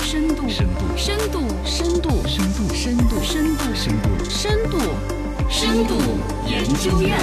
深度，深度，深度，深度，深度，深度，深度，深度，深度研究院。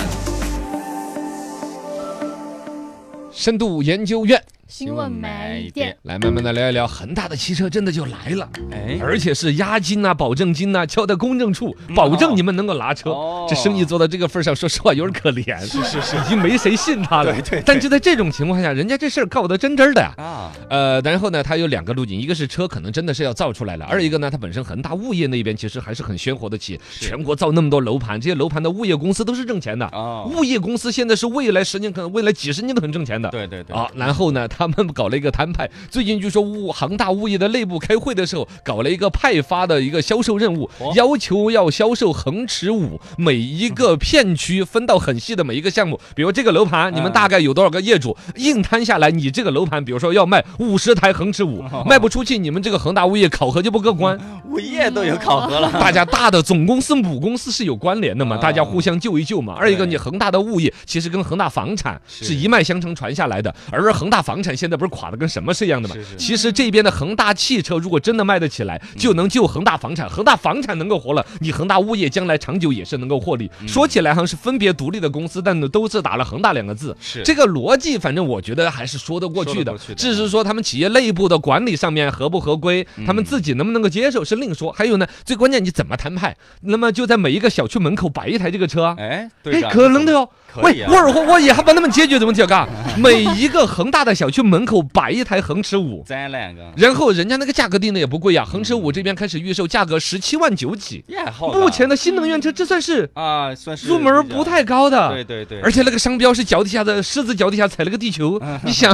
深度研究院，新闻买一点，来慢慢的聊一聊，恒大的汽车真的就来了，哎，嗯而且是押金呐、保证金呐、交到公证处，保证你们能够拿车。哦这生意做到这个份儿上，说实话有点可怜，是是是，已经没谁信他了。对对对但就在这种情况下，人家这事儿告得真真儿的呀。啊，呃，然后呢，它有两个路径，一个是车可能真的是要造出来了，二一个呢，它本身恒大物业那边其实还是很鲜活的企业，全国造那么多楼盘，这些楼盘的物业公司都是挣钱的。哦物业公司现在是未来十年可能未来几十年都很挣钱的。对对对，啊，然后呢， 他们搞了一个摊派。最近据说物恒大物业的内部开会的时候，搞了一个派发的一个销售任务哦，要求要销售恒驰五每一个片区分到很细的每一个项目。比如这个楼盘，你们嗯大概有多少个业主？硬摊下来，你这个楼盘，比如说要卖五十台恒驰五，哦卖不出去，你们这个恒大物业考核就不客观。物业都有考核 了，大家大的总公司母公司是有关联的嘛，啊大家互相救一救嘛。二一个，你恒大的物业其实跟恒大房产是是一脉相承传下来的，而恒大房产现在不是垮的跟什么是一样的嘛是是。其实这边的恒大汽车如果真的卖得起来，就能救恒大房嗯产，恒大房产能够活了，你恒大物业将来长久也是能够获嗯利。说起来好像是分别独立的公司，但都是打了恒大两个字。是这个逻辑，反正我觉得还是说得过去说得的过去的。只是说他们企业内部的管理上面合不合规，嗯他们自己能不能够接受是另说。还有呢，最关键你怎么摊派？那么就在每一个小区门口摆一台这个车啊。哎，对哎，的，可能的哟。可以喂，啊沃尔沃，我也还帮他们解决这个问题啊！ 嘎，每一个恒大的小区门口摆一台恒驰五，咱两个然后人家那个价格定的也不贵嗯呀、恒驰五这边开始预售，价格十七万九起。也好的，目前的新能源车，这算是啊，算是入门不太高的。对对对，而且那个商标是脚底下的狮子脚底下踩了个地 球，你想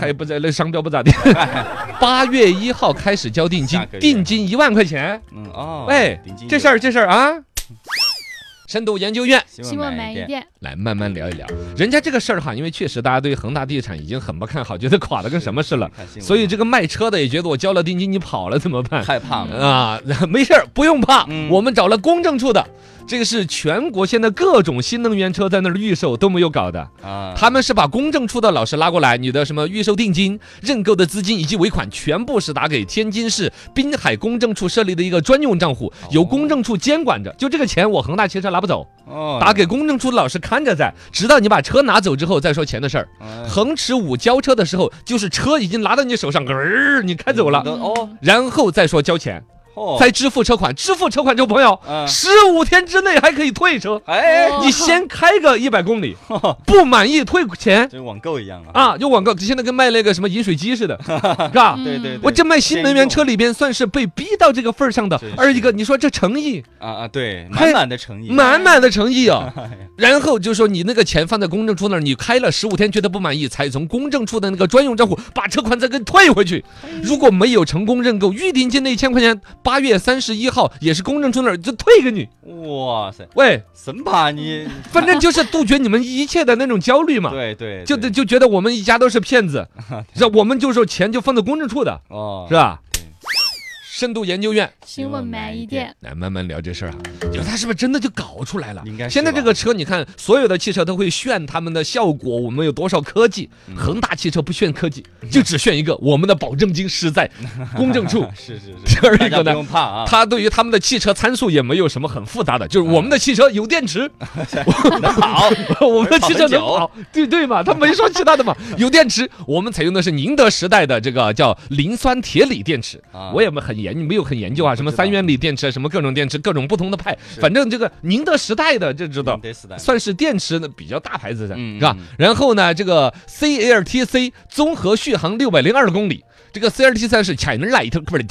还不在那商标不咋地。八月一号开始交定金下个，月定金一万块钱。嗯哦，喂顶级，这事儿这事儿啊，深度研究院新闻买一点，点，来慢慢聊一聊人家这个事儿哈，因为确实大家对恒大地产已经很不看好，觉得垮的跟什么 似的，看新闻所以这个卖车的也觉得我交了定金你跑了怎么 办？害怕了，啊， 没事儿，不用怕，嗯我们找了公证处的。这个是全国现在各种新能源车在那儿预售都没有搞的，啊，嗯他们是把公证处的老师拉过来，你的什么预售定金、认购的资金以及尾款全部是打给天津市滨海公证处设立的一个专用账户，由公证处监管着。就这个钱，我恒大汽车拿不走，哦打给公证处的老师看着在，直到你把车拿走之后再说钱的事儿。哎恒驰五交车的时候，就是车已经拿到你手上，儿你开走你了，都哦然后再说交钱，哦，再支付车款。支付车款之后，朋友嗯十五天之内还可以退车，哎，哦你先开个一百公 里，不满意退钱。这网购一样啊，啊，有广告，现在跟卖那个什么饮水机似 的，是吧？对对对，我这卖新能源车里边算是被逼到这个份儿上的真。是二一个，你说这诚意，啊啊，对，哎嘿满满的诚意，满满的诚意 啊。然后就说你那个钱放在公证处那儿，你开了十五天觉得不满意，才从公证处的那个专用账户把车款再给退回去。哎如果没有成功认购，预定金那一千块钱，八月三十一号也是公证处那儿就退给你。哇塞，喂，神怕你，反正就是杜绝你们一切的那种焦虑嘛。 对对，就对就觉得我们一家都是骗 子，这我们就说钱就放在公证处的，哦，是吧对？深度研究院新闻买一点，来慢慢聊这事儿啊，就他是不是真的就搞出来了？应该是现在吧这个车，你看所有的汽车都会炫他们的效果，我们有多少科技？嗯恒大汽车不炫科技，就只炫一个，我们的保证金是在公证处。是是是，这儿一个大家呢不用怕 啊，他对于他们的汽车参数也没有什么很复杂的，就是我们的汽车有电池，好， 我们的汽车能能跑跑，对对嘛，他没说其他的 嘛。有电池，我们采用的是宁德时代的这个叫磷酸铁锂电池啊，我也没很研，没有很研究啊，不什么知道三元锂电池，什么各种电池，各种不同的派，反正这个宁德时代的就知道嗯。得死的，算是电池呢比较大牌子的，嗯是吧嗯？然后呢，这个 CLTC 综合续航六百零二公里，这个 CLTC 是 China Light，不是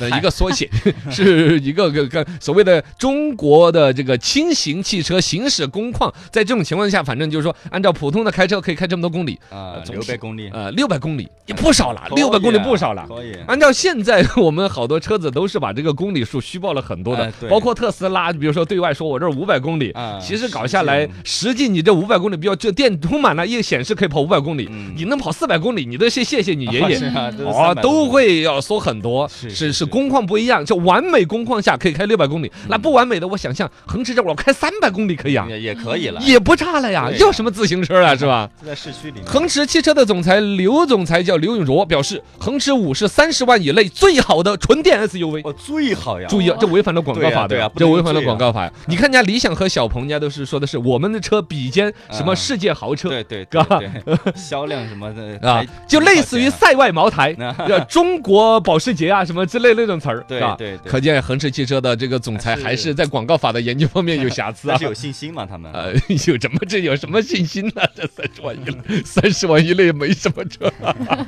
呃一个缩写，是一个个个所谓的中国的这个轻型汽车行驶工况，在这种情况下，反正就是说，按照普通的开车可以开这么多公里，啊，总六是百公里，呃，六百公里也不少了，可以六百公里啊不少了。可以，按照现在我们好多车子都是把这个公里数虚报了很多的哎，对包括特斯拉，比如说对外说我这五百公里啊，其实搞实际下来上实际你这五百公里，比较这电充满了一显示可以跑五百公里嗯，你能跑四百公里，你都谢谢谢你爷爷是。啊，都是哦， 300都公里会要缩很多，是是是是是嗯工况不一样，就完美工况下可以开六百公里，那不完美的我想象横驰这我开三百公里可以啊，也也可以了，也不差了呀，对呀要什么自行车啊，是吧？在市区里面，恒驰汽车的总裁刘总裁叫刘永卓表示，恒驰五是三十万以内最好好的纯电 SUV。我最好呀，注意啊，这违反了广告对法呀对呀的，不这能违反了这样广告法呀。你看人家理想和小鹏，人家都是说的是我们的车比肩什么啊世界豪车对哎对哥对对， 销量什么的啊还，就类似于啊塞外茅 台、那呃中国保时捷啊什么之类那种词儿，对是吧？对对，可见恒驰汽车的这个总裁是还是在广告法的研究方面有瑕疵啊但是。有信心嘛，他们呃， 有什么这有什么信心呢、这三十万以内，三十万以内没什么车、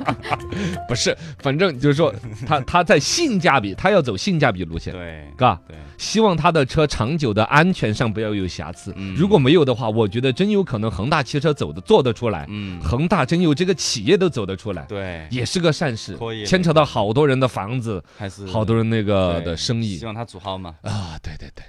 不是，反正就是说他他在性价比，他要走性价比路线，对嘎。对，希望他的车长久的安全上不要有瑕疵。嗯如果没有的话，我觉得真有可能恒大汽车走的做得出来，嗯，恒大真有这个企业都走得出来。对，也是个善事可，以牵扯到好多人的房子，还是好多人那个对的生意希望他组好嘛。啊，对对对，